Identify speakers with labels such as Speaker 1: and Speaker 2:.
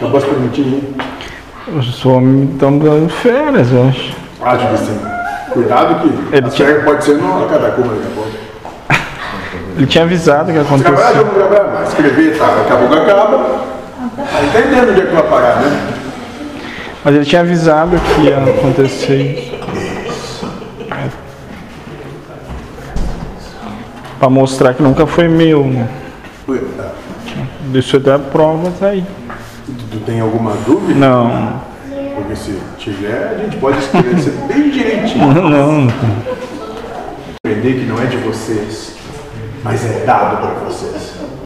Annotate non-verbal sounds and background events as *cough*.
Speaker 1: Eu posso permitir ir?
Speaker 2: Os homens estão dando férias, eu acho.
Speaker 1: Acho que sim. Ah, tipo assim, Cuidado que
Speaker 2: Ele
Speaker 1: a
Speaker 2: tinha-
Speaker 1: cega pode ser numa catacumba daqui a pouco.
Speaker 2: Ele tinha avisado que
Speaker 1: Se Trabalhar,
Speaker 2: aconteceu.
Speaker 1: vamos trabalhar mais. Escrever, tá, daqui a pouco acaba. Tá entendendo onde é que vai parar, né?
Speaker 2: Mas ele tinha avisado que ia acontecer isso. Pra mostrar que nunca foi meu, né?
Speaker 1: Cuidado.
Speaker 2: Deixa eu dar provas aí.
Speaker 1: Tu, tu tem alguma dúvida?
Speaker 2: Não, *laughs*
Speaker 1: Porque se tiver, a gente pode esclarecer *laughs* bem direitinho.
Speaker 2: não.
Speaker 1: Aprender que não é de vocês, mas é dado para vocês.